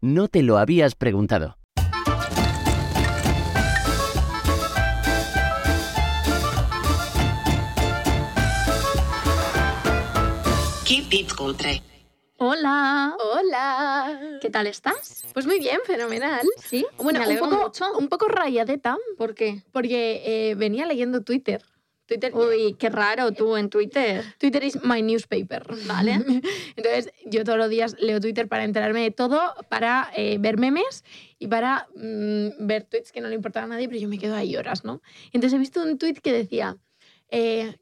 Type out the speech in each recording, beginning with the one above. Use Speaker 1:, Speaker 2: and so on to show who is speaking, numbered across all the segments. Speaker 1: No te lo habías preguntado.
Speaker 2: Keep it country.
Speaker 3: Hola.
Speaker 4: Hola.
Speaker 3: ¿Qué tal estás?
Speaker 4: Pues muy bien, fenomenal.
Speaker 3: Sí.
Speaker 4: Bueno,
Speaker 3: me
Speaker 4: un
Speaker 3: alegro
Speaker 4: poco,
Speaker 3: mucho.
Speaker 4: un poco rayadeta,
Speaker 3: ¿Por qué?
Speaker 4: porque eh, venía leyendo Twitter. Twitter,
Speaker 3: Uy, qué raro tú en Twitter.
Speaker 4: Twitter is my newspaper, ¿vale? Entonces, yo todos los días leo Twitter para enterarme de todo, para eh, ver memes y para mm, ver tweets que no le importan a nadie, pero yo me quedo ahí horas, ¿no? Entonces, he visto un tweet que decía, eh,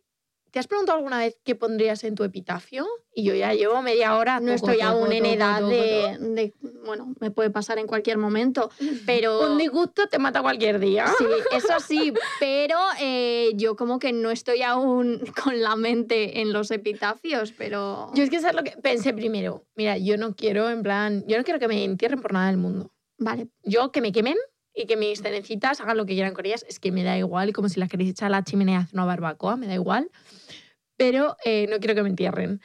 Speaker 4: ¿te has preguntado alguna vez qué pondrías en tu epitafio? Y yo ya llevo media hora.
Speaker 3: No
Speaker 4: toco,
Speaker 3: estoy
Speaker 4: toco,
Speaker 3: aún en
Speaker 4: toco,
Speaker 3: edad
Speaker 4: toco,
Speaker 3: de, de- Bueno, me puede pasar en cualquier momento, pero...
Speaker 4: Un disgusto te mata cualquier día.
Speaker 3: Sí, eso sí, pero eh, yo como que no estoy aún con la mente en los epitafios, pero...
Speaker 4: Yo es que eso es lo que pensé primero. Mira, yo no quiero, en plan, yo no quiero que me entierren por nada del mundo.
Speaker 3: Vale,
Speaker 4: Yo que me quemen y que mis cenecitas hagan lo que quieran con ellas, es que me da igual, como si las queréis echar a la chimenea a hacer una barbacoa, me da igual. Pero eh, no quiero que me entierren.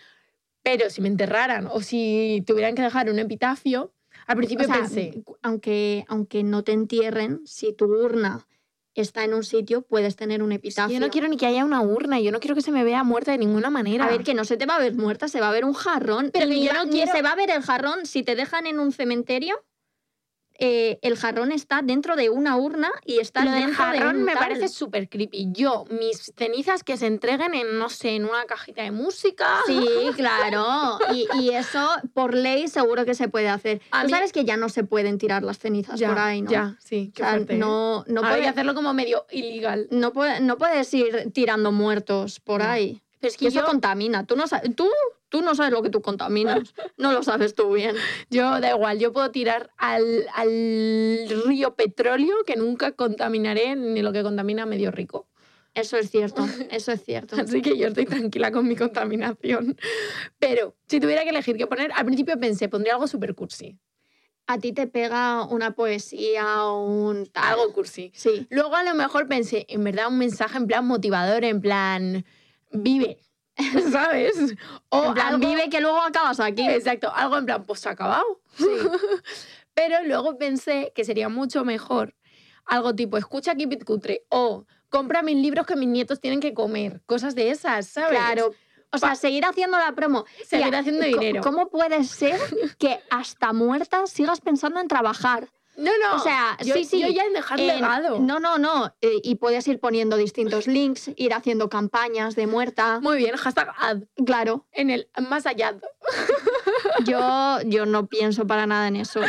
Speaker 4: Pero si me enterraran o si tuvieran que dejar un epitafio, al principio
Speaker 3: O sea,
Speaker 4: pensé,
Speaker 3: aunque, aunque no te entierren, si tu urna está en un sitio, puedes tener un epitafio.
Speaker 4: yo no quiero ni que haya una urna, yo no quiero que se me vea muerta de ninguna manera.
Speaker 3: A ver, que no se te va a ver muerta, se va a ver un jarrón.
Speaker 4: Pero
Speaker 3: Y
Speaker 4: que
Speaker 3: ni
Speaker 4: yo
Speaker 3: va-
Speaker 4: no
Speaker 3: ni
Speaker 4: quiero-
Speaker 3: se va a ver el jarrón. Si te dejan en un cementerio, eh, el jarrón está dentro de una urna y está
Speaker 4: Lo del
Speaker 3: dentro de
Speaker 4: jarrón
Speaker 3: un
Speaker 4: me
Speaker 3: tal.
Speaker 4: parece súper creepy. Yo, mis cenizas que se entreguen en, no sé, en una cajita de música.
Speaker 3: Sí, claro. Y, y eso, por ley, seguro que se puede hacer.
Speaker 4: A
Speaker 3: Tú
Speaker 4: mí-
Speaker 3: sabes que ya no se pueden tirar las cenizas
Speaker 4: ya,
Speaker 3: por ahí, ¿no?
Speaker 4: ya, sí,
Speaker 3: O
Speaker 4: qué
Speaker 3: sea,
Speaker 4: fuerte, ¿eh?
Speaker 3: no, no,
Speaker 4: Ahora hay que
Speaker 3: puede-
Speaker 4: hacerlo como medio ilegal.
Speaker 3: no, puede- no puedes ir tirando muertos por
Speaker 4: No.
Speaker 3: ahí.
Speaker 4: Pero es
Speaker 3: Y
Speaker 4: que
Speaker 3: eso
Speaker 4: yo,
Speaker 3: contamina. Tú no, sabes, tú, tú no sabes lo que tú contaminas. No lo sabes tú bien.
Speaker 4: yo da igual, yo puedo tirar al, al río petróleo que nunca contaminaré ni lo que contamina medio rico.
Speaker 3: Eso es cierto, eso es cierto.
Speaker 4: Así que yo estoy tranquila con mi contaminación. Pero si tuviera que elegir qué poner, al principio pensé, pondría algo súper cursi.
Speaker 3: A ti te pega una poesía o un tal.
Speaker 4: Algo cursi.
Speaker 3: Sí.
Speaker 4: Luego a lo mejor pensé, en verdad, un mensaje en plan motivador, en plan, vive, ¿sabes? O
Speaker 3: en plan,
Speaker 4: algo-
Speaker 3: vive que luego acabas aquí.
Speaker 4: Exacto, algo en plan, pues se ha acabado. Pero luego pensé que sería mucho mejor algo tipo, escucha Keep It Cutre o compra mis libros que mis nietos tienen que comer, cosas de esas, ¿sabes?
Speaker 3: Claro. O sea, seguir haciendo la promo.
Speaker 4: seguir
Speaker 3: Tía,
Speaker 4: haciendo
Speaker 3: ¿cómo-
Speaker 4: dinero.
Speaker 3: ¿Cómo puede ser que hasta muerta sigas pensando en trabajar?
Speaker 4: No, no.
Speaker 3: O sea,
Speaker 4: yo,
Speaker 3: sí, sí.
Speaker 4: Yo ya en dejar
Speaker 3: en-
Speaker 4: legado.
Speaker 3: No, no, no. eh, y puedes ir poniendo distintos links, ir haciendo campañas de muerta.
Speaker 4: Muy bien, hashtag ad,
Speaker 3: Claro.
Speaker 4: en el más allá.
Speaker 3: Yo, yo no pienso para nada en eso.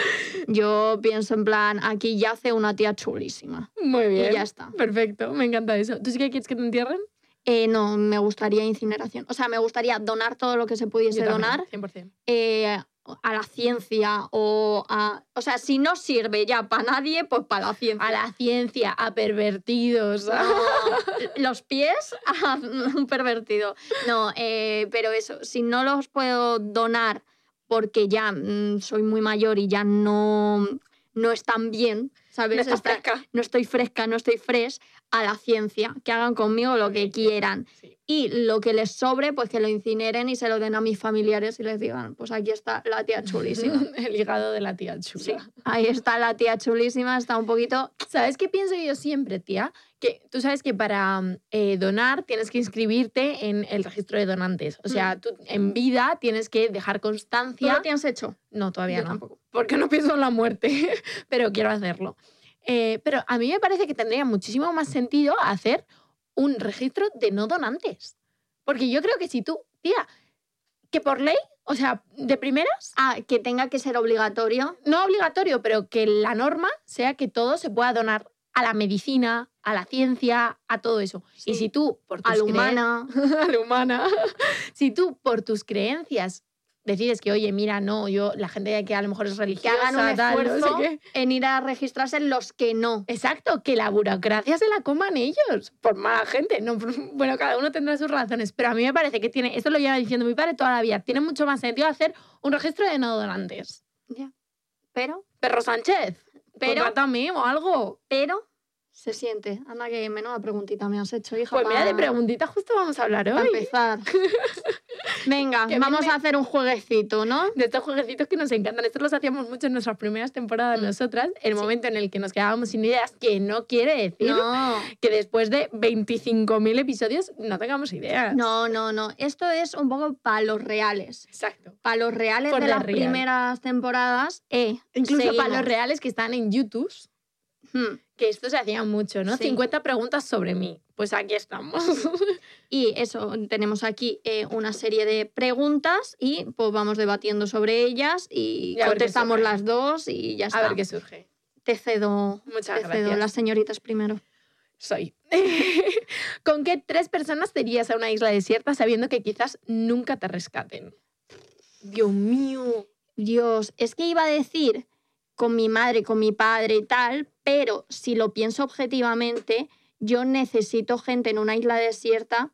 Speaker 3: Yo pienso en plan, aquí yace una tía chulísima.
Speaker 4: Muy bien.
Speaker 3: Y ya está.
Speaker 4: Perfecto, me encanta eso. ¿Tú sí que quieres que te entierren?
Speaker 3: Eh, no, me gustaría incineración. O sea, me gustaría donar todo lo que se pudiese
Speaker 4: Yo también,
Speaker 3: donar
Speaker 4: 100%.
Speaker 3: eh, a la ciencia o a... O sea, si no sirve ya para nadie, pues para la ciencia.
Speaker 4: A la ciencia, a pervertidos. a-
Speaker 3: No, los pies a un pervertido. No, eh, pero eso, si no los puedo donar porque ya mm, soy muy mayor y ya no, no están bien, ¿sabes?
Speaker 4: No estás
Speaker 3: Está-
Speaker 4: fresca.
Speaker 3: no estoy fresca, no estoy fresh, a la ciencia, que hagan conmigo lo que quieran.
Speaker 4: Sí.
Speaker 3: Y lo que les sobre, pues que lo incineren y se lo den a mis familiares y les digan, pues aquí está la tía chulísima.
Speaker 4: El hígado de la tía chula.
Speaker 3: Sí, ahí está la tía chulísima, está un poquito...
Speaker 4: ¿Sabes qué pienso yo siempre, tía? Que tú sabes que para mm, eh, donar tienes que inscribirte en el registro de donantes. O sea, tú en vida tienes que dejar
Speaker 3: Mm. ¿Tú lo
Speaker 4: constancia.
Speaker 3: tienes hecho?
Speaker 4: No, todavía
Speaker 3: Yo
Speaker 4: no.
Speaker 3: tampoco.
Speaker 4: Porque no pienso en la muerte, pero quiero hacerlo. Eh, pero a mí me parece que tendría muchísimo más sentido hacer un registro de no donantes. Porque yo creo que si tú, tía, que por ley, o sea, de primeras,
Speaker 3: Ah, que tenga que ser obligatorio.
Speaker 4: no obligatorio, pero que la norma sea que todo se pueda donar a la medicina, a la ciencia, a todo eso. Y
Speaker 3: Sí.
Speaker 4: si tú, por tus
Speaker 3: al
Speaker 4: creen-
Speaker 3: humana.
Speaker 4: a la humana, si tú por tus creencias decides que, oye, mira, no, yo, la gente que a lo mejor es
Speaker 3: que
Speaker 4: religiosa,
Speaker 3: hagan un
Speaker 4: tal, no sé
Speaker 3: esfuerzo
Speaker 4: qué.
Speaker 3: en ir a registrarse los que no.
Speaker 4: Exacto, que la burocracia se la coman ellos, por mala gente. No, por- bueno, cada uno tendrá sus razones, pero a mí me parece que tiene, esto lo lleva diciendo mi padre toda la vida, tiene mucho más sentido hacer un registro de no donantes.
Speaker 3: Pero,
Speaker 4: Perro Sánchez,
Speaker 3: Pero-
Speaker 4: pero o algo.
Speaker 3: pero, se siente. Anda, que menuda preguntita me has hecho, hija.
Speaker 4: Pues mira,
Speaker 3: pa-
Speaker 4: de preguntita justo vamos a hablar
Speaker 3: pa
Speaker 4: hoy.
Speaker 3: empezar. Venga,
Speaker 4: Que
Speaker 3: vamos
Speaker 4: viene-
Speaker 3: a hacer un jueguecito, ¿no?
Speaker 4: De estos jueguecitos que nos encantan, estos los hacíamos mucho en nuestras primeras temporadas
Speaker 3: Mm.
Speaker 4: nosotras, el
Speaker 3: Sí.
Speaker 4: momento en el que nos quedábamos sin ideas, que no quiere decir
Speaker 3: No.
Speaker 4: que después de 25.000 episodios no tengamos ideas.
Speaker 3: No, no, no. Esto es un poco para los reales.
Speaker 4: Exacto.
Speaker 3: Para los reales
Speaker 4: For
Speaker 3: de
Speaker 4: the
Speaker 3: las
Speaker 4: real.
Speaker 3: primeras temporadas. Eh,
Speaker 4: Incluso para
Speaker 3: seguimos.
Speaker 4: los reales que están en YouTube,
Speaker 3: Hmm.
Speaker 4: que esto se hacía mucho, ¿no?
Speaker 3: Sí.
Speaker 4: 50 preguntas sobre mí. Pues aquí estamos.
Speaker 3: Y eso, tenemos aquí eh, una serie de preguntas y pues vamos debatiendo sobre ellas y
Speaker 4: Y a ver qué
Speaker 3: contestamos
Speaker 4: surge.
Speaker 3: las dos y ya está.
Speaker 4: a ver qué surge.
Speaker 3: Te cedo,
Speaker 4: Muchas
Speaker 3: te cedo
Speaker 4: gracias.
Speaker 3: las señoritas primero.
Speaker 4: Soy. ¿Con qué tres personas te irías a una isla desierta sabiendo que quizás nunca te rescaten? Dios mío.
Speaker 3: Dios, es que iba a decir con mi madre, con mi padre y tal, pero si lo pienso objetivamente, yo necesito gente en una isla desierta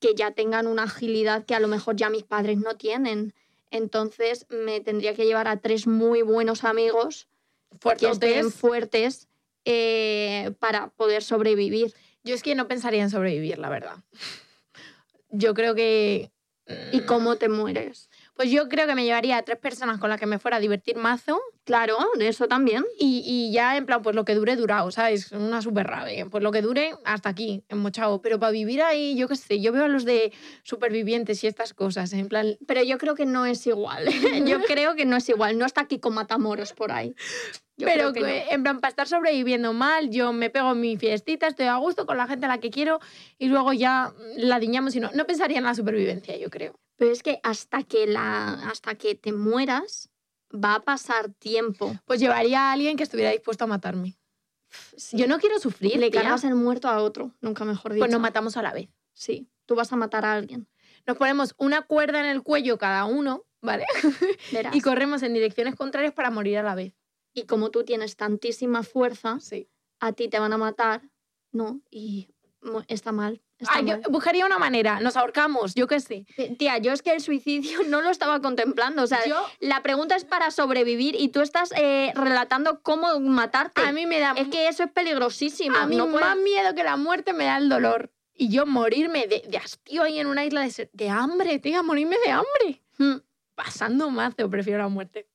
Speaker 3: que ya tengan una agilidad que a lo mejor ya mis padres no tienen. Entonces me tendría que llevar a tres muy buenos amigos que estén
Speaker 4: Fuertes.
Speaker 3: fuertes eh, para poder sobrevivir.
Speaker 4: Yo es que no pensaría en sobrevivir, la verdad. Yo creo que... mm,
Speaker 3: ¿Y cómo te mueres?
Speaker 4: Pues yo creo que me llevaría a tres personas con las que me fuera a divertir mazo
Speaker 3: Claro, eso también.
Speaker 4: y, y ya en plan, pues lo que dure, durado, ¿sabes? Una super rave. Pues lo que dure, hasta aquí, en Mochao. Pero para vivir ahí, yo qué sé, yo veo a los de supervivientes y estas cosas, en plan...
Speaker 3: Pero yo creo que no es igual. yo creo que no es igual. No está aquí con Matamoros por ahí. Yo
Speaker 4: pero
Speaker 3: creo que
Speaker 4: que, en plan, para estar sobreviviendo mal, yo me pego mi fiestita, estoy a gusto con la gente a la que quiero y luego ya la diñamos y no, no pensaría en la supervivencia, yo creo.
Speaker 3: Pero es que hasta que, la, hasta que te mueras va a pasar tiempo.
Speaker 4: Pues llevaría a alguien que estuviera dispuesto a matarme. Yo no quiero sufrir,
Speaker 3: Le
Speaker 4: tía.
Speaker 3: cargas el muerto a otro, nunca mejor dicho.
Speaker 4: Pues nos matamos a la vez.
Speaker 3: Sí, tú vas a matar a alguien.
Speaker 4: Nos ponemos una cuerda en el cuello cada uno, ¿vale?
Speaker 3: Verás.
Speaker 4: Y corremos en direcciones contrarias para morir a la vez.
Speaker 3: y como tú tienes tantísima fuerza,
Speaker 4: Sí.
Speaker 3: a ti te van a matar. No, y mu- está mal. está mal.
Speaker 4: buscaría una manera. Nos ahorcamos, yo qué sé.
Speaker 3: Eh, Tía, yo es que el suicidio no lo estaba contemplando. O sea,
Speaker 4: Yo,
Speaker 3: la pregunta es para sobrevivir y tú estás eh, relatando cómo matarte.
Speaker 4: a mí me da...
Speaker 3: es que eso es peligrosísimo.
Speaker 4: a mí
Speaker 3: no puedes-
Speaker 4: más miedo que la muerte me da el dolor. Y yo morirme de, de hastío ahí en una isla de, ser- de hambre, tía, morirme de hambre. Hmm,
Speaker 3: Mm,
Speaker 4: Pasando mazo, prefiero la muerte.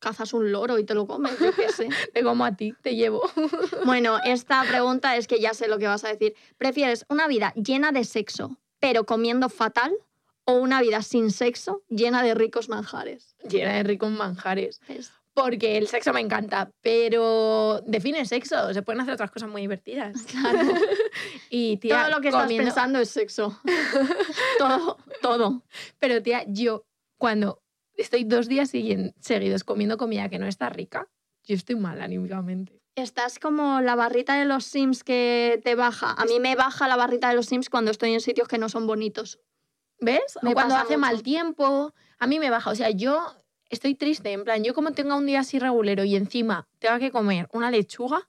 Speaker 3: Cazas un loro y te lo comes, yo qué sé.
Speaker 4: Te como a ti, te llevo.
Speaker 3: Bueno, esta pregunta es que ya sé lo que vas a decir. ¿Prefieres una vida llena de sexo, pero comiendo fatal, o una vida sin sexo, llena de ricos manjares?
Speaker 4: Llena de ricos manjares.
Speaker 3: Es-
Speaker 4: porque el sexo me encanta, pero define sexo, se pueden hacer otras cosas muy divertidas.
Speaker 3: Claro.
Speaker 4: Y tía,
Speaker 3: todo lo que estás
Speaker 4: comiendo-
Speaker 3: pensando es sexo. todo, todo.
Speaker 4: Pero tía, yo cuando estoy dos días siguen- seguidos comiendo comida que no está rica, yo estoy mal anímicamente.
Speaker 3: Estás como la barrita de los Sims que te baja. A mí me baja la barrita de los Sims cuando estoy en sitios que no son bonitos.
Speaker 4: ¿Ves? O
Speaker 3: Me
Speaker 4: cuando
Speaker 3: pasa
Speaker 4: hace mal
Speaker 3: mucho.
Speaker 4: tiempo, a mí me baja. O sea, yo estoy triste, en plan, yo como tenga un día así regulero y encima tenga que comer una lechuga,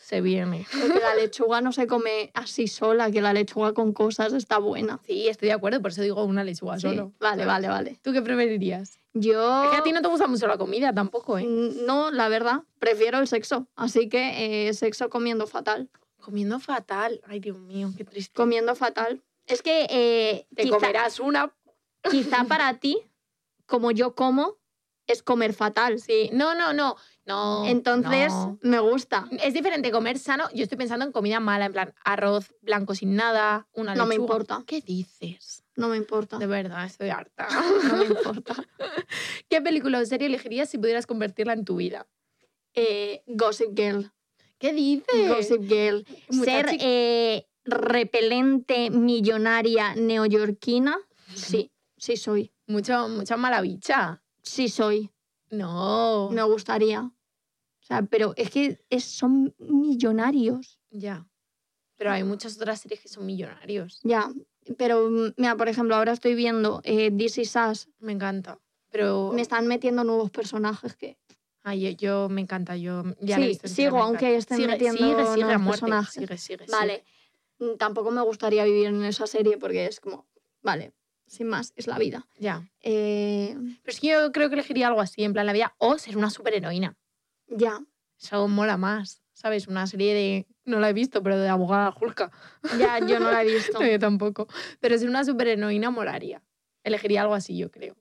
Speaker 4: se viene.
Speaker 3: Porque la lechuga no se come así sola, que la lechuga con cosas está buena.
Speaker 4: Sí, estoy de acuerdo, por eso digo una lechuga
Speaker 3: Sí,
Speaker 4: solo.
Speaker 3: Vale, vale, vale.
Speaker 4: ¿Tú qué preferirías?
Speaker 3: Yo...
Speaker 4: Es que a ti no te gusta mucho la comida tampoco, ¿eh?
Speaker 3: No, la verdad, prefiero el sexo. Así que eh, sexo comiendo fatal.
Speaker 4: Comiendo fatal. Ay, Dios mío, qué triste.
Speaker 3: Comiendo fatal. Es que eh,
Speaker 4: te
Speaker 3: quizá,
Speaker 4: comerás una.
Speaker 3: quizá para ti, como yo como, es comer fatal.
Speaker 4: Sí. No, no, no. No.
Speaker 3: Entonces,
Speaker 4: no.
Speaker 3: me gusta.
Speaker 4: Es diferente comer sano. Yo estoy pensando en comida mala, en plan arroz blanco sin nada, una
Speaker 3: No me
Speaker 4: lechuga.
Speaker 3: importa.
Speaker 4: ¿Qué dices?
Speaker 3: No me importa.
Speaker 4: De verdad, estoy harta.
Speaker 3: No me importa.
Speaker 4: ¿Qué película o serie elegirías si pudieras convertirla en tu vida?
Speaker 3: Eh, Gossip Girl.
Speaker 4: ¿Qué dices?
Speaker 3: Gossip Girl. Ser
Speaker 4: Muchachi-
Speaker 3: eh, repelente millonaria neoyorquina. Sí, sí soy.
Speaker 4: Mucho, mucha mala bicha.
Speaker 3: Sí soy.
Speaker 4: No.
Speaker 3: Me gustaría. O sea, pero es que es- son millonarios.
Speaker 4: Ya. Pero hay muchas otras series que son millonarios.
Speaker 3: Ya, Pero, mm, mira, por ejemplo, ahora estoy viendo eh, This Is Us.
Speaker 4: Me encanta. Pero
Speaker 3: Me están metiendo nuevos personajes que...
Speaker 4: ay, yo, yo- me encanta. Yo ya la he
Speaker 3: sí,
Speaker 4: visto entera,
Speaker 3: sigo,
Speaker 4: me
Speaker 3: aunque
Speaker 4: encanta.
Speaker 3: estén
Speaker 4: Sigue,
Speaker 3: metiendo
Speaker 4: sigue, sigue a
Speaker 3: nuevos
Speaker 4: muerte,
Speaker 3: personajes.
Speaker 4: Sigue, sigue, sigue.
Speaker 3: Vale. Mm, Tampoco me gustaría vivir en esa serie porque es como, vale, sin más, es la vida.
Speaker 4: Ya.
Speaker 3: Eh,
Speaker 4: Pero es que yo creo que elegiría algo así, en plan la vida, o ser una superheroína.
Speaker 3: ya,
Speaker 4: Eso mola más, ¿sabes? Una serie de, no la he visto, pero de abogada Julka.
Speaker 3: ya, yo no la he visto.
Speaker 4: No, yo tampoco. Pero ser una superheroína molaría. Elegiría algo así, yo creo.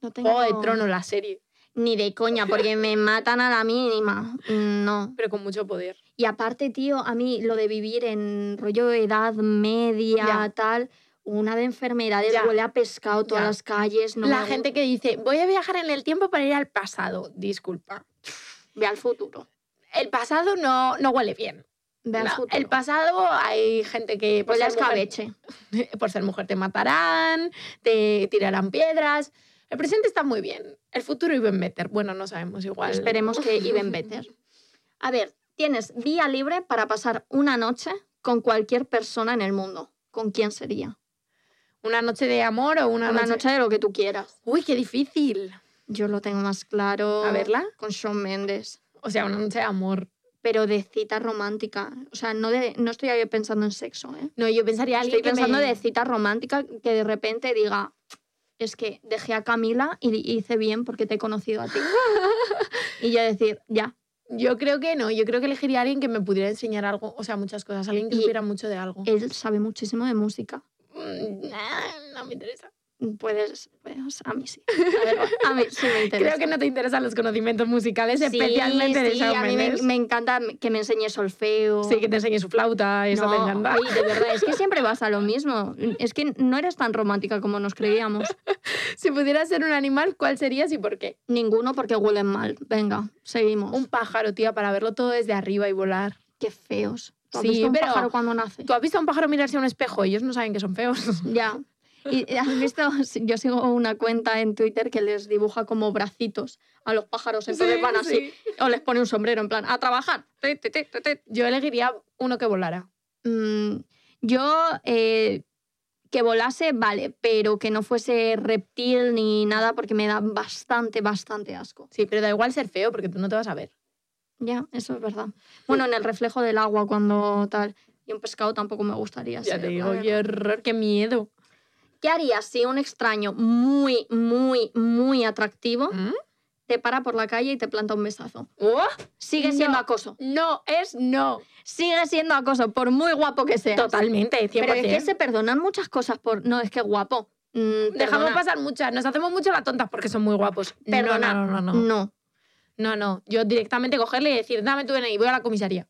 Speaker 3: No tengo
Speaker 4: Juego Oh, de Tronos, la serie,
Speaker 3: Ni de coña, porque me matan a la mínima. Mm, No.
Speaker 4: pero con mucho poder.
Speaker 3: Y aparte, tío, a mí lo de vivir en rollo edad media,
Speaker 4: Ya.
Speaker 3: tal, una de enfermedades,
Speaker 4: Ya.
Speaker 3: huele a pescado todas
Speaker 4: Ya.
Speaker 3: las calles. No
Speaker 4: la
Speaker 3: me
Speaker 4: gente que dice, voy a viajar en el tiempo para ir al pasado. Disculpa.
Speaker 3: gusta. Ve al futuro.
Speaker 4: El pasado no, no huele bien.
Speaker 3: Ve al
Speaker 4: No,
Speaker 3: futuro.
Speaker 4: el pasado hay gente que pues, por
Speaker 3: Huele a
Speaker 4: ser, mujer,
Speaker 3: escabeche.
Speaker 4: por ser mujer te matarán, te tirarán piedras. El presente está muy bien. El futuro iba a meter. Bueno, no sabemos igual.
Speaker 3: Esperemos que even better. A ver, tienes día libre para pasar una noche con cualquier persona en el mundo. ¿Con quién sería?
Speaker 4: Una noche de amor o una,
Speaker 3: Una noche de lo que tú quieras.
Speaker 4: Uy, qué difícil.
Speaker 3: Yo lo tengo más claro.
Speaker 4: A verla.
Speaker 3: Con Shawn Mendes.
Speaker 4: O sea, una noche de amor.
Speaker 3: Pero de cita romántica. O sea, no, de, no estoy ahí pensando en sexo, ¿eh?
Speaker 4: No, yo pensaría alguien
Speaker 3: Estoy
Speaker 4: que me-
Speaker 3: pensando de cita romántica que de repente diga, es que dejé a Camila y y hice bien porque te he conocido a ti. y yo decir, ya.
Speaker 4: Yo creo que no. Yo creo que elegiría a alguien que me pudiera enseñar algo. O sea, muchas cosas. Alguien que
Speaker 3: Y- eh,
Speaker 4: supiera mucho de algo.
Speaker 3: Él sabe muchísimo de música.
Speaker 4: Mm, nah, no me interesa.
Speaker 3: Puedes, pues a mí sí. A, ver, a mí sí me interesa.
Speaker 4: Creo que no te interesan los conocimientos musicales,
Speaker 3: Sí,
Speaker 4: especialmente de
Speaker 3: sí,
Speaker 4: Shawn
Speaker 3: a mí me,
Speaker 4: Mendes.
Speaker 3: me encanta que me enseñe solfeo.
Speaker 4: Sí, que te enseñe su flauta, eso
Speaker 3: no,
Speaker 4: te encanta.
Speaker 3: oye, de verdad, es que siempre vas a lo mismo. Es que no eres tan romántica como nos creíamos.
Speaker 4: Si pudieras ser un animal, ¿cuál serías y por qué?
Speaker 3: Ninguno porque huelen mal. Venga, seguimos.
Speaker 4: Un pájaro, tía, para verlo todo desde arriba y volar.
Speaker 3: Qué feos. ¿Tú has
Speaker 4: Sí,
Speaker 3: visto un
Speaker 4: pero-
Speaker 3: pájaro cuando nace?
Speaker 4: ¿Tú has visto a un pájaro mirarse a un espejo? Ellos no saben que son feos.
Speaker 3: Ya. Y y has visto, yo sigo una cuenta en Twitter que les dibuja como bracitos a los pájaros, entonces
Speaker 4: Sí,
Speaker 3: van así,
Speaker 4: sí.
Speaker 3: o les pone un sombrero en plan, a trabajar. Ti, ti, ti, ti, ti.
Speaker 4: Yo elegiría uno que volara.
Speaker 3: Mm, yo eh, que volase, vale, pero que no fuese reptil ni nada porque me da bastante, bastante asco.
Speaker 4: Sí, pero da igual ser feo porque tú no te vas a ver.
Speaker 3: Ya, eso es verdad. Bueno, en el reflejo del agua cuando tal. Y un pescado tampoco me gustaría
Speaker 4: Ya
Speaker 3: ser,
Speaker 4: te
Speaker 3: la
Speaker 4: digo,
Speaker 3: verdad.
Speaker 4: qué horror, qué miedo.
Speaker 3: ¿Qué harías si un extraño muy, muy, muy atractivo
Speaker 4: ¿Mm?
Speaker 3: te para por la calle y te planta un besazo?
Speaker 4: ¡Oh!
Speaker 3: Sigue
Speaker 4: No.
Speaker 3: siendo acoso.
Speaker 4: No, es no.
Speaker 3: Sigue siendo acoso, por muy guapo que seas.
Speaker 4: Totalmente, 100%.
Speaker 3: Pero es que se perdonan muchas cosas por. No, es que guapo. Mm,
Speaker 4: Dejamos
Speaker 3: perdona.
Speaker 4: pasar muchas, nos hacemos mucho las tontas porque son muy guapos. No,
Speaker 3: Perdona.
Speaker 4: no, no, no, no.
Speaker 3: No.
Speaker 4: No, no. Yo directamente cogerle y decir, dame tu DNI, voy a la comisaría.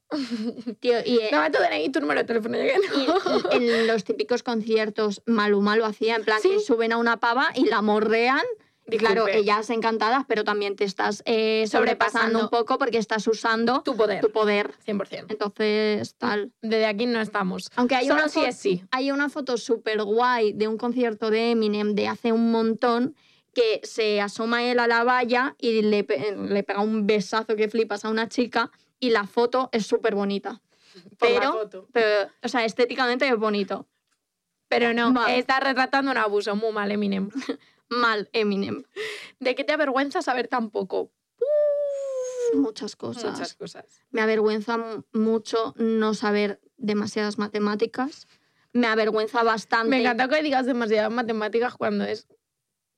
Speaker 3: Tío, y, eh,
Speaker 4: Dame tu DNI, tu número de teléfono. ya que no.
Speaker 3: y- y en los típicos conciertos Maluma lo hacía, en plan
Speaker 4: Sí.
Speaker 3: que suben a una pava y la morrean. Y claro,
Speaker 4: Disculpe.
Speaker 3: ellas encantadas, pero también te estás eh, sobrepasando
Speaker 4: Sobrepasando.
Speaker 3: un poco porque estás usando tu,
Speaker 4: Tu poder.
Speaker 3: poder.
Speaker 4: 100%.
Speaker 3: Entonces, tal.
Speaker 4: Desde aquí no estamos.
Speaker 3: Aunque hay
Speaker 4: Solo
Speaker 3: una
Speaker 4: si
Speaker 3: fo-
Speaker 4: es sí.
Speaker 3: hay una foto súper guay de un concierto de Eminem de hace un montón que se asoma él a la valla y le, pe- le pega un besazo que flipas a una chica y la foto es súper bonita.
Speaker 4: por la
Speaker 3: Pero-
Speaker 4: foto.
Speaker 3: Pero, o sea, estéticamente es bonito.
Speaker 4: Pero no,
Speaker 3: Vale.
Speaker 4: está retratando un abuso. Muy mal, Eminem.
Speaker 3: Mal Eminem.
Speaker 4: ¿De qué te avergüenza saber tan poco?
Speaker 3: Muchas cosas.
Speaker 4: Muchas cosas.
Speaker 3: Me avergüenza mu- mucho no saber demasiadas matemáticas. Me avergüenza bastante.
Speaker 4: Me encanta que digas demasiadas matemáticas cuando es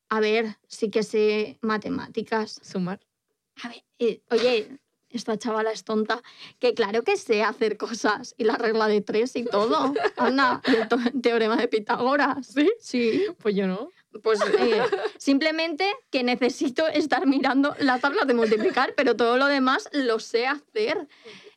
Speaker 3: A ver, sí que sé matemáticas.
Speaker 4: sumar.
Speaker 3: A ver, eh, oye, esta chavala es tonta, que claro que sé hacer cosas y la regla de tres y todo. Anda, el to- teorema de Pitágoras.
Speaker 4: ¿Sí?
Speaker 3: Sí,
Speaker 4: Pues yo no.
Speaker 3: pues eh, simplemente que necesito estar mirando las tablas de multiplicar, pero todo lo demás lo sé hacer.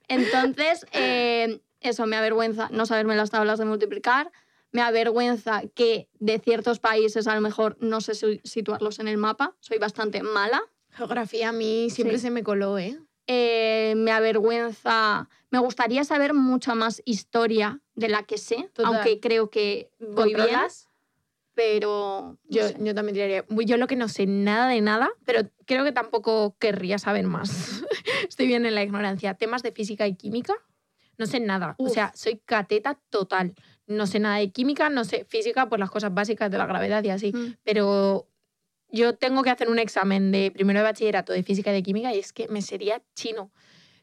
Speaker 3: Entonces, eh, eso me avergüenza, no saberme las tablas de multiplicar. Me avergüenza que de ciertos países a lo mejor no sé si- situarlos en el mapa. Soy bastante mala.
Speaker 4: Geografía a mí siempre
Speaker 3: siempre
Speaker 4: se me coló, ¿eh?
Speaker 3: Eh, me avergüenza. Me gustaría saber mucha más historia de la que sé,
Speaker 4: Total.
Speaker 3: aunque creo que voy bien, pero. no
Speaker 4: Yo,
Speaker 3: sé.
Speaker 4: yo también tiraría. Uy, Yo lo que no sé nada de nada, pero creo que tampoco querría saber más. Estoy bien en la ignorancia. Temas de física y química, no sé nada. O
Speaker 3: Uf.
Speaker 4: sea, soy cateta total. no sé nada de química, no sé física, pues las cosas básicas de la gravedad y así.
Speaker 3: Mm.
Speaker 4: Pero yo tengo que hacer un examen de primero de bachillerato de física y de química y es que me sería chino.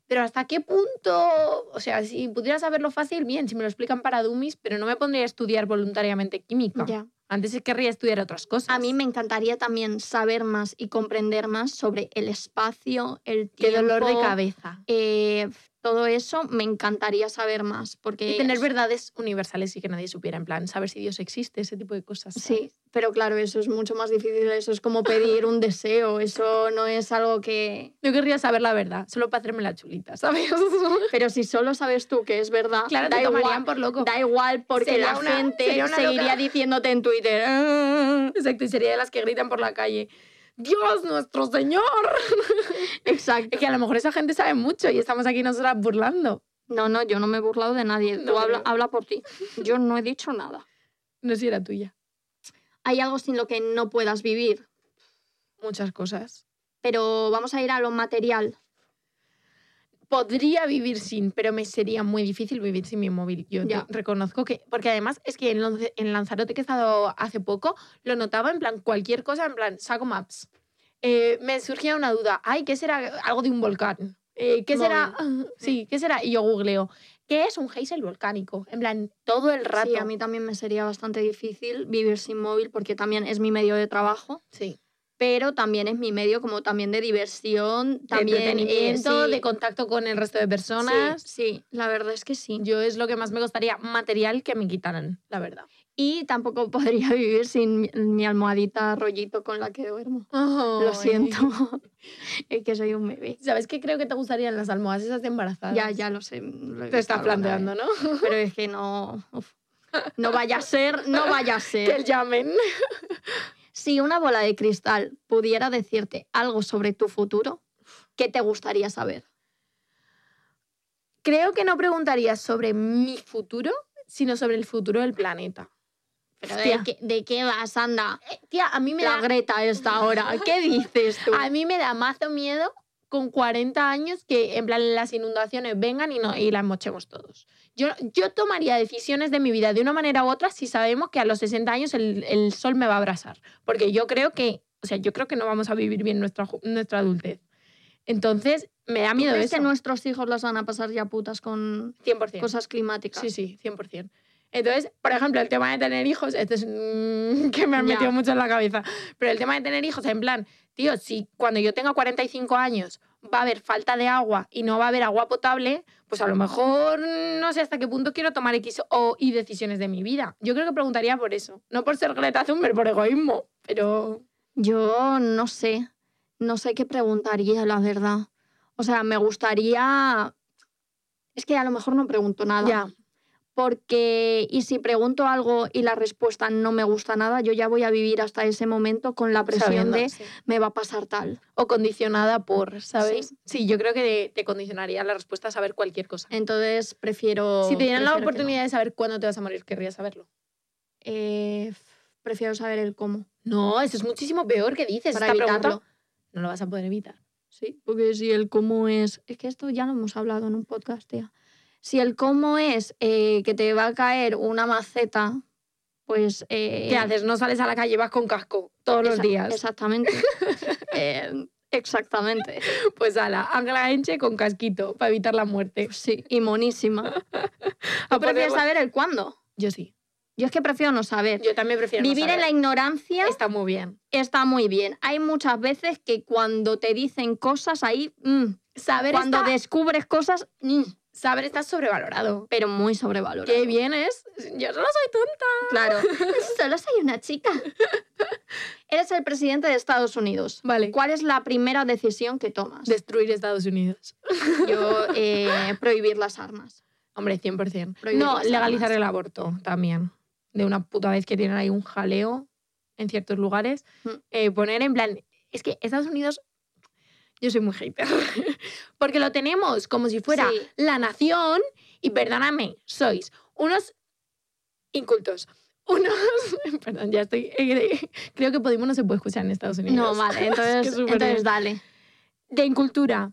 Speaker 4: Pero hasta qué punto, o sea, si pudiera saberlo fácil, bien, si me lo explican para dummies, pero no me pondría a estudiar voluntariamente química.
Speaker 3: Ya.
Speaker 4: Antes sí querría estudiar otras cosas.
Speaker 3: A mí me encantaría también saber más y comprender más sobre el espacio, el
Speaker 4: Qué
Speaker 3: tiempo.
Speaker 4: dolor de cabeza.
Speaker 3: eh, todo eso me encantaría saber más. Porque
Speaker 4: Y tener verdades universales y que nadie supiera, en plan, saber si Dios existe, ese tipo de cosas.
Speaker 3: Sí, pero claro, eso es mucho más difícil. Eso es como pedir un deseo. Eso no es algo que.
Speaker 4: Yo querría saber la verdad, solo para hacerme la chulita, ¿sabes?
Speaker 3: Pero si solo sabes tú que es verdad,
Speaker 4: claro,
Speaker 3: da
Speaker 4: te tomarían
Speaker 3: igual.
Speaker 4: por loco.
Speaker 3: Da igual porque
Speaker 4: Sería
Speaker 3: la
Speaker 4: una-
Speaker 3: gente
Speaker 4: sería una
Speaker 3: seguiría
Speaker 4: loca.
Speaker 3: diciéndote en Twitter. "Ah".
Speaker 4: Exacto, y sería de las que gritan por la calle. Dios nuestro Señor.
Speaker 3: Exacto.
Speaker 4: Es que a lo mejor esa gente sabe mucho y estamos aquí nosotras burlando.
Speaker 3: No, no, yo no me he burlado de nadie.
Speaker 4: No
Speaker 3: tú habla,
Speaker 4: creo.
Speaker 3: habla por ti. Yo no he dicho nada.
Speaker 4: No sé si era tuya.
Speaker 3: Hay algo sin lo que no puedas vivir,
Speaker 4: Muchas cosas.
Speaker 3: pero vamos a ir a lo material.
Speaker 4: Podría vivir sin, pero me sería muy difícil vivir sin mi móvil. Yo te-
Speaker 3: Ya.
Speaker 4: reconozco que, porque además es que en, Lanz- en Lanzarote que he estado hace poco, lo notaba en plan cualquier cosa, en plan saco maps. Eh, me surgía una duda, ay, ¿qué será algo de un volcán? Eh, ¿Qué será? Sí, ¿qué será? Y yo googleo, ¿qué es un géisel volcánico? En plan, todo el rato.
Speaker 3: Sí, a mí también me sería bastante difícil vivir sin móvil porque también es mi medio de trabajo.
Speaker 4: Sí.
Speaker 3: pero también es mi medio como también de diversión,
Speaker 4: también
Speaker 3: también
Speaker 4: de entretenimiento,
Speaker 3: eh, sí,
Speaker 4: de contacto con el resto de personas.
Speaker 3: sí, sí, la verdad es que sí.
Speaker 4: Yo es lo que más me gustaría material que me quitaran, la verdad.
Speaker 3: Y tampoco podría vivir sin mi, mi almohadita rollito con la que duermo. Lo siento, es que soy un bebé.
Speaker 4: ¿Sabes qué creo que te gustarían las almohadas esas de embarazada?
Speaker 3: Ya, ya lo sé. lo he
Speaker 4: Te estás
Speaker 3: visto alguna
Speaker 4: planteando, ¿no?
Speaker 3: vez, Pero es que no... uf. No vaya a ser, no vaya a
Speaker 4: Que
Speaker 3: ser.
Speaker 4: el llamen.
Speaker 3: Si una bola de cristal pudiera decirte algo sobre tu futuro, ¿qué te gustaría saber?
Speaker 4: Creo que no preguntaría sobre mi futuro, sino sobre el futuro del planeta.
Speaker 3: Pero
Speaker 4: Hostia. Eh,
Speaker 3: ¿de qué, ¿De qué vas, anda?
Speaker 4: Tía, a mí me
Speaker 3: La
Speaker 4: da,
Speaker 3: Greta esta hora. ¿Qué dices tú?
Speaker 4: a mí me da mazo miedo con 40 años que en plan las inundaciones vengan y, no, y las mochemos todos. Yo, yo tomaría decisiones de mi vida de una manera u otra si sabemos que a los 60 años el, el sol me va a abrazar. Porque yo creo que, o sea, yo creo que no vamos a vivir bien nuestra, ju- nuestra adultez. Entonces, me da
Speaker 3: ¿Tú
Speaker 4: miedo
Speaker 3: crees
Speaker 4: eso.
Speaker 3: que nuestros hijos las van a pasar ya putas con
Speaker 4: 100%.
Speaker 3: cosas climáticas?
Speaker 4: Sí, sí, 100%. Entonces, por ejemplo, el tema de tener hijos, este es mm, que me han
Speaker 3: Ya.
Speaker 4: metido mucho en la cabeza, pero el tema de tener hijos, en plan, tío, si cuando yo tenga 45 años va a haber falta de agua y no va a haber agua potable, pues a lo mejor no sé hasta qué punto quiero tomar X o Y decisiones de mi vida. Yo creo que preguntaría por eso, no por ser Greta Thunberg, por egoísmo, pero
Speaker 3: Yo no sé. No sé qué preguntaría, la verdad. O sea, me gustaría... Es que a lo mejor no pregunto nada.
Speaker 4: ya,
Speaker 3: Porque, y si pregunto algo y la respuesta no me gusta nada, yo ya voy a vivir hasta ese momento con la presión
Speaker 4: sabiendo,
Speaker 3: de
Speaker 4: sí.
Speaker 3: me va a pasar tal.
Speaker 4: o condicionada por, ¿sabes?
Speaker 3: Sí.
Speaker 4: Sí, yo creo que te condicionaría la respuesta a saber cualquier cosa.
Speaker 3: Entonces prefiero...
Speaker 4: Si te dieran la
Speaker 3: prefiero que no.
Speaker 4: oportunidad de saber cuándo te vas a morir, querrías saberlo.
Speaker 3: Eh, prefiero saber el cómo.
Speaker 4: No, eso es muchísimo peor que dices.
Speaker 3: Para
Speaker 4: esta
Speaker 3: evitarlo.
Speaker 4: pregunta no lo vas a poder evitar.
Speaker 3: Sí, porque si el cómo es. Es que esto ya lo hemos hablado en un podcast, tía. Si el cómo es eh, que te va a caer una maceta, pues. eh,
Speaker 4: ¿Qué haces? No sales a la calle, vas con casco todos los
Speaker 3: exa-
Speaker 4: días.
Speaker 3: Exactamente. Eh, exactamente.
Speaker 4: Pues a la Ángela Enche con casquito para evitar la muerte.
Speaker 3: Sí, y monísima.
Speaker 4: A
Speaker 3: Yo prefiero
Speaker 4: poner-
Speaker 3: saber el cuándo.
Speaker 4: Yo sí.
Speaker 3: Yo es que prefiero no saber.
Speaker 4: Yo también prefiero no
Speaker 3: Vivir en la
Speaker 4: saber.
Speaker 3: ignorancia
Speaker 4: Está muy bien.
Speaker 3: está muy bien. Hay muchas veces que cuando te dicen cosas ahí, mm,
Speaker 4: Saber,
Speaker 3: cuando
Speaker 4: está,
Speaker 3: descubres cosas, mm,
Speaker 4: saber está sobrevalorado.
Speaker 3: pero muy sobrevalorado.
Speaker 4: Qué bien es. Yo solo soy tonta.
Speaker 3: Claro. Solo soy una chica. Eres el presidente de Estados Unidos.
Speaker 4: Vale.
Speaker 3: ¿Cuál es la primera decisión que tomas?
Speaker 4: Destruir Estados Unidos.
Speaker 3: Yo eh, prohibir las armas.
Speaker 4: Hombre, 100%.
Speaker 3: Prohibir
Speaker 4: no,
Speaker 3: las
Speaker 4: legalizar
Speaker 3: armas.
Speaker 4: el aborto también. De una puta vez que tienen ahí un jaleo en ciertos lugares.
Speaker 3: Mm.
Speaker 4: Eh, poner en plan. Es que Estados Unidos. Yo soy muy hater. Porque lo tenemos como si fuera
Speaker 3: Sí.
Speaker 4: la nación. Y perdóname, sois unos incultos. Unos. Perdón, ya estoy. eh, Creo que Podemos no se puede escuchar en Estados Unidos.
Speaker 3: No, vale,
Speaker 4: Es que
Speaker 3: entonces,
Speaker 4: es súper
Speaker 3: entonces
Speaker 4: bien.
Speaker 3: dale.
Speaker 4: De incultura.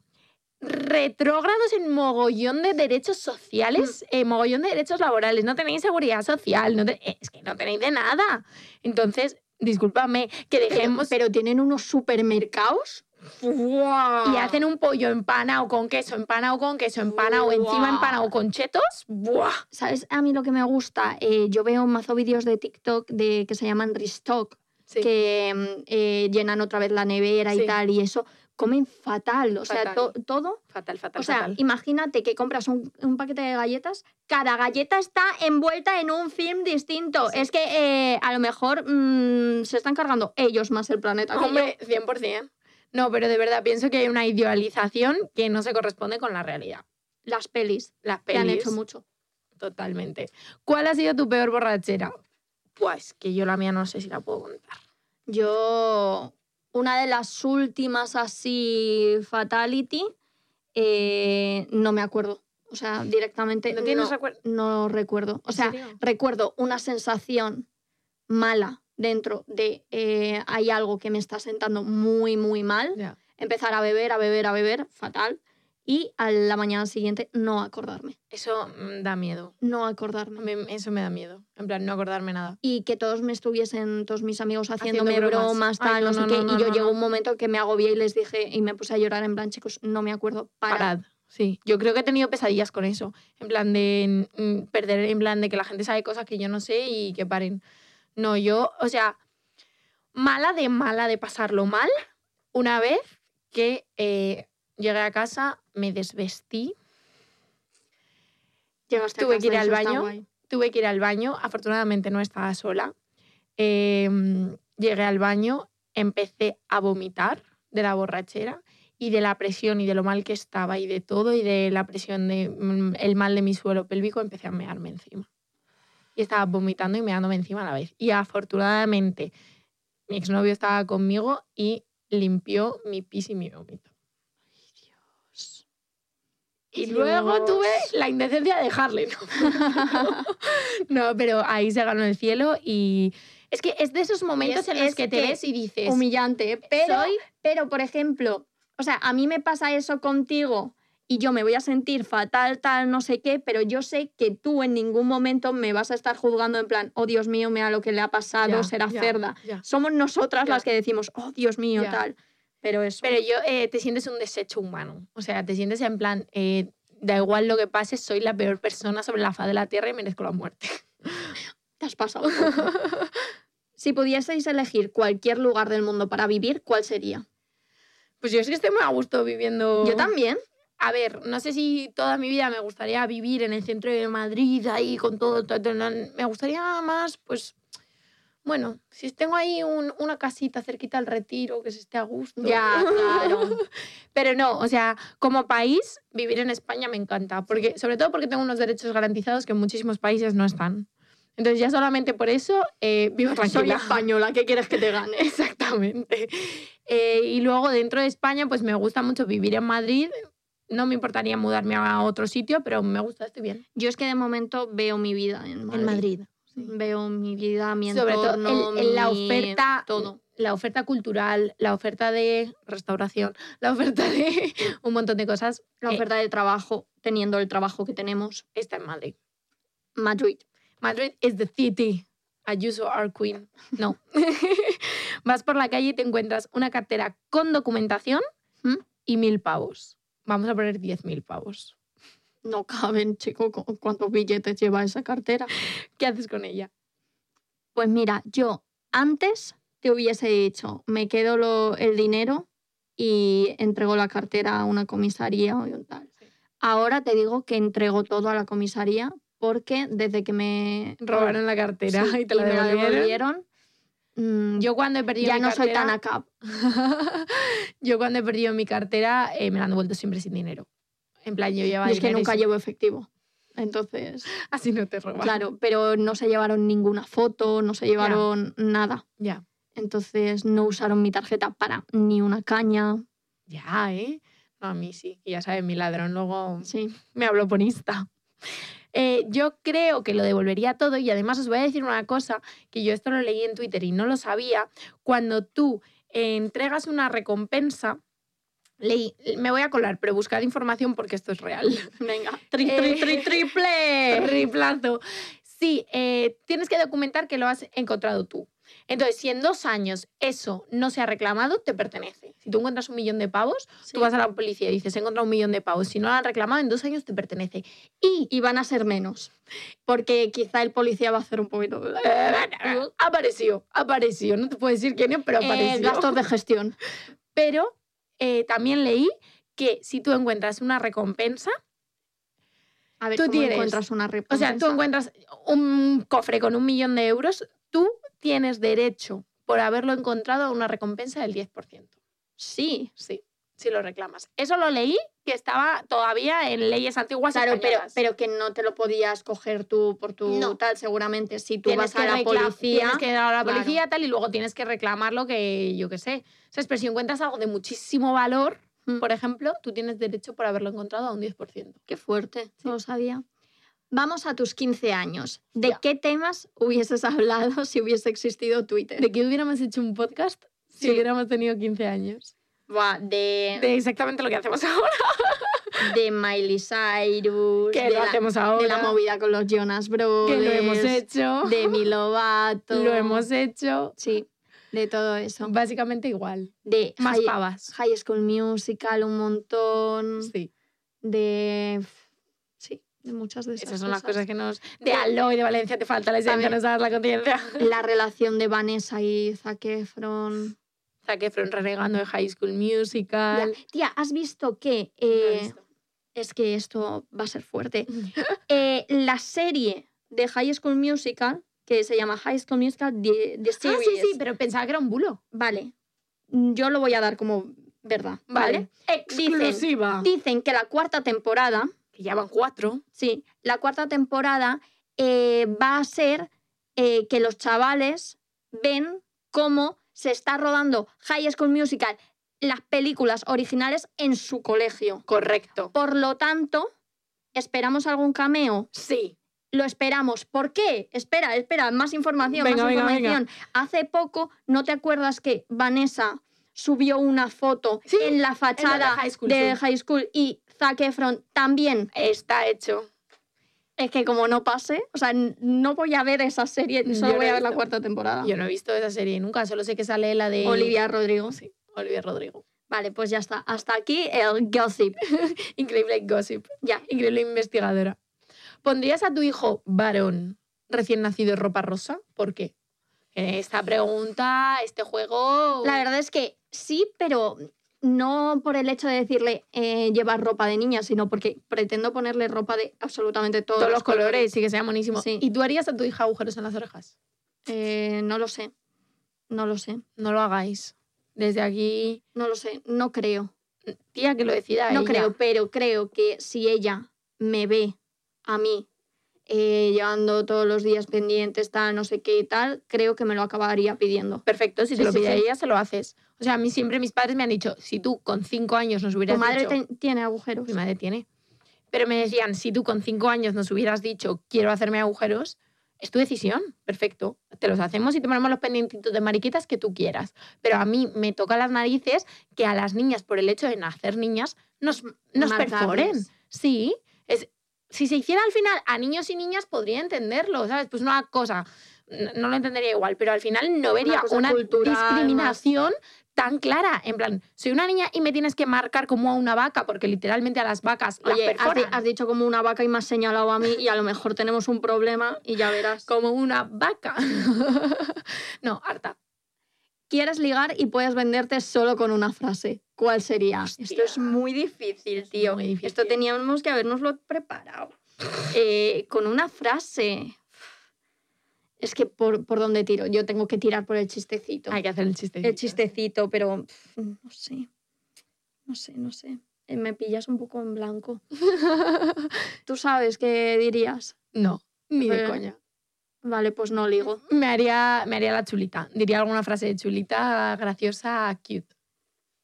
Speaker 4: retrógrados en mogollón de derechos sociales, eh, mogollón de derechos laborales. No tenéis seguridad social, no te- eh, es que no tenéis de nada. Entonces, discúlpame, que dejemos...
Speaker 3: Pero tienen unos supermercados
Speaker 4: Y hacen un pollo empanado con queso, empanado con queso, empanado encima,
Speaker 3: Buah.
Speaker 4: empanado con chetos. Buah.
Speaker 3: ¿Sabes? A mí lo que me gusta, eh, yo veo mazo vídeos de TikTok de, que se llaman Restock,
Speaker 4: Que-
Speaker 3: que mm, eh, llenan otra vez la nevera
Speaker 4: Sí.
Speaker 3: y tal, y eso comen fatal. O sea,
Speaker 4: Fatal.
Speaker 3: to- todo.
Speaker 4: Fatal, fatal,
Speaker 3: O sea,
Speaker 4: fatal.
Speaker 3: imagínate que compras un, un paquete de galletas, cada galleta está envuelta en un film distinto. Es que eh, a lo mejor mm, se están cargando ellos más el planeta. que yo.
Speaker 4: Hombre, 100%. No, pero de verdad pienso que hay una idealización que no se corresponde con la realidad.
Speaker 3: Las pelis,
Speaker 4: Las
Speaker 3: que han
Speaker 4: pelis,
Speaker 3: hecho mucho.
Speaker 4: totalmente. ¿Cuál ha sido tu peor borrachera? Pues que yo la mía no sé si la puedo contar.
Speaker 3: Yo, una de las últimas así, Fatality, eh, no me acuerdo. O sea, directamente
Speaker 4: ¿No tienes
Speaker 3: no,
Speaker 4: recuerdo?
Speaker 3: no recuerdo. O
Speaker 4: ¿En
Speaker 3: sea,
Speaker 4: serio?
Speaker 3: recuerdo una sensación mala dentro de eh, hay algo que me está sentando muy, muy mal.
Speaker 4: Ya.
Speaker 3: Empezar a beber, a beber, a beber, fatal. Y a la mañana siguiente no acordarme,
Speaker 4: Eso mm, da miedo.
Speaker 3: no
Speaker 4: A
Speaker 3: acordarme.
Speaker 4: mí eso me da miedo. En plan, no acordarme nada.
Speaker 3: Y que todos me estuviesen, todos mis amigos
Speaker 4: Haciendo
Speaker 3: haciéndome
Speaker 4: bromas.
Speaker 3: bromas,
Speaker 4: Ay,
Speaker 3: tal,
Speaker 4: no,
Speaker 3: no, sé
Speaker 4: no,
Speaker 3: qué.
Speaker 4: no, no,
Speaker 3: y yo
Speaker 4: no,
Speaker 3: llegó
Speaker 4: no.
Speaker 3: un momento que me agobié y les dije, y me puse a llorar en plan, chicos, no me acuerdo, parad.
Speaker 4: Parad. Sí, yo creo que he tenido pesadillas con eso. En plan de mm, perder, en plan de que la gente sabe cosas que yo no sé y que paren. No, yo, o sea, mala de mala de pasarlo mal. Una vez que eh, llegué a casa, me desvestí,
Speaker 3: Llegaste a
Speaker 4: Tuve
Speaker 3: casa
Speaker 4: que ir
Speaker 3: y
Speaker 4: al
Speaker 3: eso está
Speaker 4: baño.
Speaker 3: guay.
Speaker 4: tuve que ir al baño. Afortunadamente no estaba sola. Eh, llegué al baño, empecé a vomitar de la borrachera y de la presión y de lo mal que estaba y de todo y de la presión de mm, el mal de mi suelo pélvico empecé a mearme encima. Y estaba vomitando y meándome encima a la vez. Y afortunadamente mi exnovio estaba conmigo y limpió mi pis y mi vómito. Y luego
Speaker 3: Dios.
Speaker 4: tuve la indecencia de dejarle. ¿no? No, pero ahí se ganó el cielo y es que es de esos momentos
Speaker 3: es-
Speaker 4: en los
Speaker 3: es
Speaker 4: que te
Speaker 3: que
Speaker 4: ves y dices,
Speaker 3: Humillante, ¿eh? pero,
Speaker 4: soy-
Speaker 3: pero, por ejemplo, o sea, a mí me pasa eso contigo y yo me voy a sentir fatal, tal, no sé qué, pero yo sé que tú en ningún momento me vas a estar juzgando en plan, oh Dios mío, mira lo que le ha pasado,
Speaker 4: Ya,
Speaker 3: será
Speaker 4: ya,
Speaker 3: cerda.
Speaker 4: ya.
Speaker 3: Somos nosotras
Speaker 4: Ya.
Speaker 3: las que decimos, oh Dios mío,
Speaker 4: Ya.
Speaker 3: tal. Pero eso.
Speaker 4: Pero yo eh, te sientes un desecho humano. O sea, te sientes en plan, eh, da igual lo que pase, soy la peor persona sobre la faz de la tierra y merezco la muerte.
Speaker 3: te has pasado. si pudieseis elegir cualquier lugar del mundo para vivir, ¿cuál sería?
Speaker 4: Pues yo es que estoy muy a gusto viviendo.
Speaker 3: Yo también.
Speaker 4: A ver, no sé si toda mi vida me gustaría vivir en el centro de Madrid, ahí con todo. todo, todo, no, me gustaría más, pues. Bueno, si tengo ahí un- una casita cerquita al retiro, que se esté a gusto.
Speaker 3: Ya, claro.
Speaker 4: Pero no, o sea, como país, vivir en España me encanta. Porque, sobre todo porque tengo unos derechos garantizados que en muchísimos países no están. Entonces, ya solamente por eso eh, vivo
Speaker 3: Soy
Speaker 4: tranquila.
Speaker 3: española, ¿qué quieres que te gane?
Speaker 4: Exactamente. Eh, y luego dentro de España, pues me gusta mucho vivir en Madrid. No me importaría mudarme a otro sitio, pero me gusta, estoy bien.
Speaker 3: Yo es que de momento veo mi vida en Madrid. Veo mi vida, mi
Speaker 4: Sobre todo
Speaker 3: entorno,
Speaker 4: en- en la
Speaker 3: mi-
Speaker 4: oferta,
Speaker 3: Todo.
Speaker 4: la oferta cultural, la oferta de restauración, la oferta de un montón de cosas,
Speaker 3: La
Speaker 4: eh,
Speaker 3: oferta de trabajo, teniendo el trabajo que tenemos.
Speaker 4: está en Madrid.
Speaker 3: Madrid.
Speaker 4: Madrid is the city. Ayuso our queen. No. Vas por la calle y te encuentras una cartera con documentación
Speaker 3: ¿Mm?
Speaker 4: y mil pavos. Vamos a poner diez mil pavos.
Speaker 3: No caben, chico, cu- cuántos billetes lleva esa cartera.
Speaker 4: ¿Qué haces con ella?
Speaker 3: Pues mira, yo antes te hubiese dicho, me quedo lo- el dinero y entrego la cartera a una comisaría o un tal.
Speaker 4: Sí.
Speaker 3: Ahora te digo que entrego todo a la comisaría porque desde que me
Speaker 4: robaron la cartera
Speaker 3: Oh, Sí,
Speaker 4: y te la
Speaker 3: me
Speaker 4: devolvieron.
Speaker 3: devolvieron, mm,
Speaker 4: Yo cuando he perdido
Speaker 3: ya
Speaker 4: mi
Speaker 3: no soy tan
Speaker 4: cartera,
Speaker 3: acá.
Speaker 4: yo cuando he perdido mi cartera eh, me la han devuelto siempre sin dinero. En plan yo llevaba
Speaker 3: Y es que
Speaker 4: dinero y
Speaker 3: nunca
Speaker 4: sin-
Speaker 3: llevo efectivo. Entonces,
Speaker 4: así no te roban.
Speaker 3: claro, pero no se llevaron ninguna foto, no se llevaron nada.
Speaker 4: Ya.
Speaker 3: Entonces no usaron mi tarjeta para ni una caña.
Speaker 4: Ya, ¿eh? No, a mí sí. Y ya sabes, mi ladrón luego
Speaker 3: Sí.
Speaker 4: me habló por Insta. Eh, yo creo que lo devolvería todo y además os voy a decir una cosa que yo esto lo leí en Twitter y no lo sabía. Cuando tú eh, entregas una recompensa, Leí, me voy a colar, pero buscar información porque esto es real.
Speaker 3: Venga, tri,
Speaker 4: Eh.
Speaker 3: tri, tri, triple.
Speaker 4: Riplazo. Sí, eh, tienes que documentar que lo has encontrado tú. Entonces, si en dos años eso no se ha reclamado, te pertenece. Si tú encuentras un millón de pavos,
Speaker 3: Sí.
Speaker 4: tú vas a la policía y dices, he encontrado un millón de pavos. Si no lo han reclamado, en dos años te pertenece.
Speaker 3: Y, y van a ser menos, porque quizá el policía va a hacer un poquito... Eh,
Speaker 4: Apareció, apareció. No te puedo decir quién es, pero apareció.
Speaker 3: gastos de gestión.
Speaker 4: Eh, Pero eh, también leí que si tú encuentras una recompensa,
Speaker 3: A ver,
Speaker 4: Tú
Speaker 3: ¿cómo
Speaker 4: tienes-
Speaker 3: encuentras una
Speaker 4: O sea, tú
Speaker 3: recompensa?
Speaker 4: encuentras un cofre con un millón de euros, tú tienes derecho por haberlo encontrado a una recompensa del 10%.
Speaker 3: Sí,
Speaker 4: Sí, si lo reclamas. Eso lo leí que estaba todavía en leyes antiguas.
Speaker 3: Claro, pero,
Speaker 4: españolas.
Speaker 3: pero que no te lo podías coger tú por tu
Speaker 4: No.
Speaker 3: tal, seguramente. Si tú
Speaker 4: tienes
Speaker 3: vas a
Speaker 4: que
Speaker 3: la
Speaker 4: recla-
Speaker 3: policía.
Speaker 4: Tienes que ir a la
Speaker 3: claro.
Speaker 4: policía tal y luego tienes que reclamarlo que yo qué sé. ¿Sabes? Pero si encuentras algo de muchísimo valor,
Speaker 3: Mm.
Speaker 4: por ejemplo, tú tienes derecho por haberlo encontrado a un 10%.
Speaker 3: Qué fuerte, no lo sabía. Vamos a tus 15 años. ¿De
Speaker 4: Ya.
Speaker 3: qué temas hubieses hablado si hubiese existido Twitter?
Speaker 4: ¿De qué hubiéramos hecho un podcast si
Speaker 3: Sí.
Speaker 4: hubiéramos tenido 15 años?
Speaker 3: Buah, de,
Speaker 4: De exactamente lo que hacemos ahora.
Speaker 3: de Miley Cyrus,
Speaker 4: que
Speaker 3: de,
Speaker 4: lo
Speaker 3: la,
Speaker 4: hacemos ahora,
Speaker 3: de la movida con los Jonas
Speaker 4: que
Speaker 3: Brothers,
Speaker 4: lo hemos hecho,
Speaker 3: de mi Lovato.
Speaker 4: lo hemos hecho,
Speaker 3: Sí, de todo eso.
Speaker 4: básicamente igual,
Speaker 3: De
Speaker 4: más
Speaker 3: High,
Speaker 4: pavas.
Speaker 3: High School Musical, un montón.
Speaker 4: Sí,
Speaker 3: de sí de muchas de esas,
Speaker 4: esas son las
Speaker 3: cosas.
Speaker 4: cosas que nos... De Aloy de Valencia te falta la esencia,
Speaker 3: También.
Speaker 4: nos das la conciencia.
Speaker 3: la relación de Vanessa y Zac Efron
Speaker 4: Zac Efron renegando de High School Musical.
Speaker 3: Ya, tía has visto que
Speaker 4: No he
Speaker 3: eh,
Speaker 4: visto.
Speaker 3: es que esto va a ser fuerte Eh, la serie de High School Musical que se llama High School Musical The, The
Speaker 4: Ah,
Speaker 3: Series
Speaker 4: sí, sí, pero pensaba que era un bulo.
Speaker 3: vale yo lo voy a dar como verdad vale, Dicen-
Speaker 4: Exclusiva.
Speaker 3: dicen que la cuarta temporada
Speaker 4: que ya van cuatro.
Speaker 3: Sí, la cuarta temporada eh, va a ser eh, que los chavales ven cómo se está rodando High School Musical, las películas originales en su colegio.
Speaker 4: Correcto.
Speaker 3: Por lo tanto, esperamos algún cameo.
Speaker 4: Sí.
Speaker 3: Lo esperamos. ¿Por qué? Espera, espera, más información,
Speaker 4: Venga,
Speaker 3: más
Speaker 4: venga, venga.
Speaker 3: información. Hace poco, ¿no te acuerdas que Vanessa subió una foto
Speaker 4: Sí,
Speaker 3: en la fachada
Speaker 4: High School,
Speaker 3: de
Speaker 4: sí.
Speaker 3: High School y Zac Efron también?
Speaker 4: Está hecho.
Speaker 3: Es que como no pase, o sea, n- no voy a ver esa serie,
Speaker 4: Yo
Speaker 3: solo
Speaker 4: no
Speaker 3: voy
Speaker 4: he
Speaker 3: a ver la
Speaker 4: visto.
Speaker 3: cuarta temporada.
Speaker 4: Yo no he visto esa serie nunca, solo sé que sale la de...
Speaker 3: Olivia Rodrigo.
Speaker 4: Sí, Olivia Rodrigo.
Speaker 3: Vale, pues ya está. Hasta aquí el gossip.
Speaker 4: Increíble gossip.
Speaker 3: Ya.
Speaker 4: Increíble investigadora. ¿Pondrías a tu hijo varón recién nacido en ropa rosa? ¿Por qué? Eh, Esta pregunta, este juego...
Speaker 3: La verdad es que sí, pero no por el hecho de decirle eh, llevar ropa de niña, sino porque pretendo ponerle ropa de absolutamente todos,
Speaker 4: Todos los colores, sí que sea monísimo.
Speaker 3: Sí.
Speaker 4: ¿Y tú harías a tu hija agujeros en las orejas?
Speaker 3: Eh, no lo sé. No lo sé.
Speaker 4: No lo hagáis. Desde aquí...
Speaker 3: No lo sé. No creo.
Speaker 4: Tía, que lo decida
Speaker 3: No
Speaker 4: ella.
Speaker 3: creo, pero creo que si ella me ve a mí eh, llevando todos los días pendientes, tal, no sé qué y tal, creo que me lo acabaría pidiendo.
Speaker 4: Perfecto, si te
Speaker 3: Sí,
Speaker 4: lo
Speaker 3: sí,
Speaker 4: pide
Speaker 3: sí.
Speaker 4: ella, se lo haces. O sea, a mí siempre mis padres me han dicho, si tú con cinco años nos hubieras
Speaker 3: Tu madre
Speaker 4: dicho...
Speaker 3: te- tiene agujeros.
Speaker 4: Mi madre tiene. Pero me decían, si tú con cinco años nos hubieras dicho, quiero hacerme agujeros, es tu decisión, perfecto. Te los hacemos y te ponemos los pendientitos de mariquitas que tú quieras. Pero a mí me toca las narices que a las niñas, por el hecho de nacer niñas, nos, nos
Speaker 3: Marcarles.
Speaker 4: perforen. Sí. Es, si se hiciera al final a niños y niñas, podría entenderlo, ¿sabes? Pues una cosa, n- no lo entendería igual, pero al final no vería
Speaker 3: cosa
Speaker 4: una,
Speaker 3: cultural, más-
Speaker 4: discriminación tan clara. En plan, soy una niña y me tienes que marcar como a una vaca, porque literalmente a las vacas las
Speaker 3: Oye, has, di-
Speaker 4: perforan.
Speaker 3: has dicho como una vaca y me has señalado a mí y a lo mejor tenemos un problema y ya verás.
Speaker 4: Como una vaca. no, harta.
Speaker 3: Quieres ligar y puedes venderte solo con una frase. ¿Cuál sería? Esto es muy difícil, tío.
Speaker 4: muy difícil.
Speaker 3: Esto teníamos que habernoslo preparado. Eh, con una frase. Es que por, por dónde tiro. Yo tengo que tirar por el chistecito.
Speaker 4: Hay que hacer el chiste.
Speaker 3: el chistecito, pero pff, no sé. No sé, no sé. Eh, Me pillas un poco en blanco. Tú sabes qué dirías.
Speaker 4: No, ni de
Speaker 3: Eh.
Speaker 4: coña.
Speaker 3: Vale, pues no ligo.
Speaker 4: Me haría, me haría la chulita. Diría alguna frase de chulita graciosa, cute.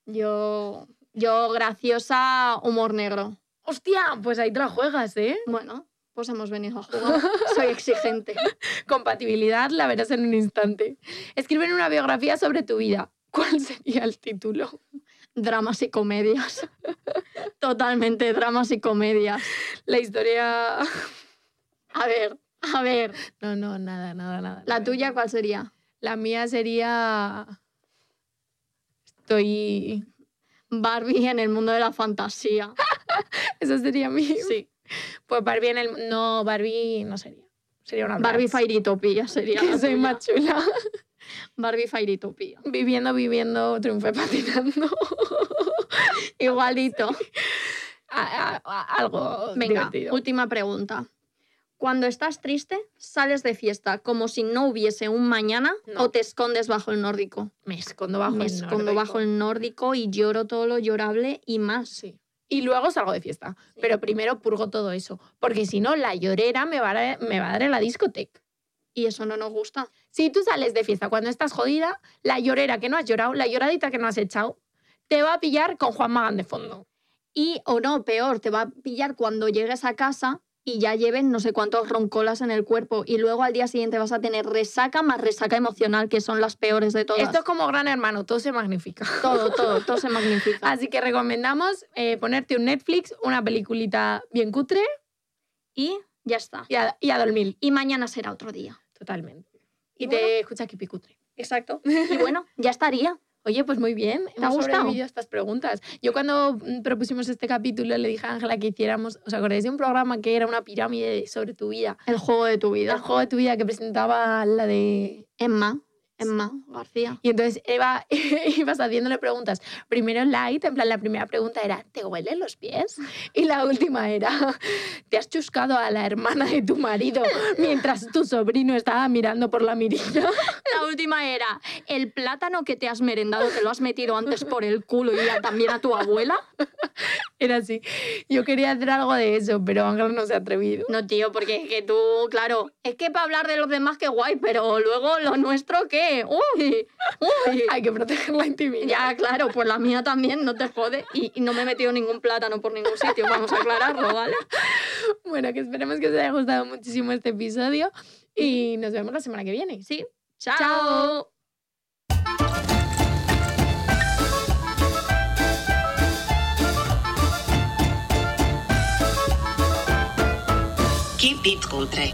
Speaker 3: Yo, yo graciosa, humor negro.
Speaker 4: Hostia, pues ahí te la juegas, ¿eh?
Speaker 3: Bueno, pues hemos venido a jugar. Soy exigente.
Speaker 4: Compatibilidad la verás en un instante. Escriben una biografía sobre tu vida. ¿Cuál sería el título?
Speaker 3: dramas y comedias. Totalmente dramas y comedias.
Speaker 4: La historia...
Speaker 3: A ver, a ver.
Speaker 4: No, no, nada, nada, nada.
Speaker 3: ¿La
Speaker 4: nada.
Speaker 3: tuya cuál sería?
Speaker 4: La mía sería... Estoy...
Speaker 3: Barbie en el mundo de la fantasía.
Speaker 4: Esa sería mi...
Speaker 3: Sí.
Speaker 4: Pues Barbie en el... No, Barbie no sería. Sería una
Speaker 3: Barbie
Speaker 4: Bratz.
Speaker 3: Fairytopia sería. la
Speaker 4: Que soy
Speaker 3: tuya.
Speaker 4: más chula.
Speaker 3: Barbie Fairytopia.
Speaker 4: Viviendo, viviendo, triunfé patinando.
Speaker 3: Igualito.
Speaker 4: A- a- a- algo
Speaker 3: Venga,
Speaker 4: divertido.
Speaker 3: última pregunta. Cuando estás triste, sales de fiesta como si no hubiese un mañana
Speaker 4: No.
Speaker 3: o te escondes bajo el nórdico.
Speaker 4: Me escondo bajo
Speaker 3: Me
Speaker 4: el
Speaker 3: escondo
Speaker 4: nórdico.
Speaker 3: bajo el nórdico y lloro todo lo llorable y más.
Speaker 4: Sí. Y luego salgo de fiesta. Pero primero purgo todo eso. Porque si no, la llorera me va, a, me va a dar en la discoteca.
Speaker 3: Y eso no nos gusta.
Speaker 4: Si tú sales de fiesta cuando estás jodida, la llorera que no has llorado, la lloradita que no has echado, te va a pillar con Juan Magán de fondo.
Speaker 3: Y, o no, peor, te va a pillar cuando llegues a casa y ya lleves no sé cuántos roncolas en el cuerpo y luego al día siguiente vas a tener resaca más resaca emocional, que son las peores de todas.
Speaker 4: Esto es como gran hermano, todo se magnifica.
Speaker 3: todo, todo, todo se magnifica.
Speaker 4: Así que recomendamos eh, ponerte un Netflix, una peliculita bien cutre
Speaker 3: Y ya está.
Speaker 4: y a, y a dormir.
Speaker 3: Y mañana será otro día.
Speaker 4: Totalmente. Y,
Speaker 3: Y
Speaker 4: te
Speaker 3: bueno.
Speaker 4: escuchas que picutre.
Speaker 3: Exacto. Y bueno, ya estaría.
Speaker 4: Oye, pues muy bien.
Speaker 3: ha
Speaker 4: Hemos
Speaker 3: gustado?
Speaker 4: sobrevivido a estas preguntas. Yo cuando mm, propusimos este capítulo le dije a Ángela que hiciéramos, ¿os acordáis de un programa que era una pirámide sobre tu vida?
Speaker 3: El juego de tu
Speaker 4: El
Speaker 3: vida.
Speaker 4: juego de tu vida que presentaba la de...
Speaker 3: Emma, Emma García.
Speaker 4: Y entonces Eva, ibas haciéndole preguntas. Primero light, en plan la primera pregunta era, ¿te huelen los pies? Y la última era, ¿te has chuscado a la hermana de tu marido mientras tu sobrino estaba mirando por la mirilla?
Speaker 3: La última era, el plátano que te has merendado, que lo has metido antes por el culo y a- también a tu abuela.
Speaker 4: Era así. Yo quería hacer algo de eso, pero Ángela no se ha atrevido.
Speaker 3: No, tío, porque es que tú, claro, es que para hablar de los demás qué guay, pero luego lo nuestro qué. Uy, uy.
Speaker 4: Hay que proteger la intimidad.
Speaker 3: Ya, claro, pues la mía también, no te jode. Y, y no me he metido ningún plátano por ningún sitio, vamos a aclararlo, ¿vale?
Speaker 4: Bueno, que esperemos que os haya gustado muchísimo este episodio y nos vemos la semana que viene.
Speaker 3: Sí. Chao.
Speaker 4: Chao.
Speaker 2: Keep it country.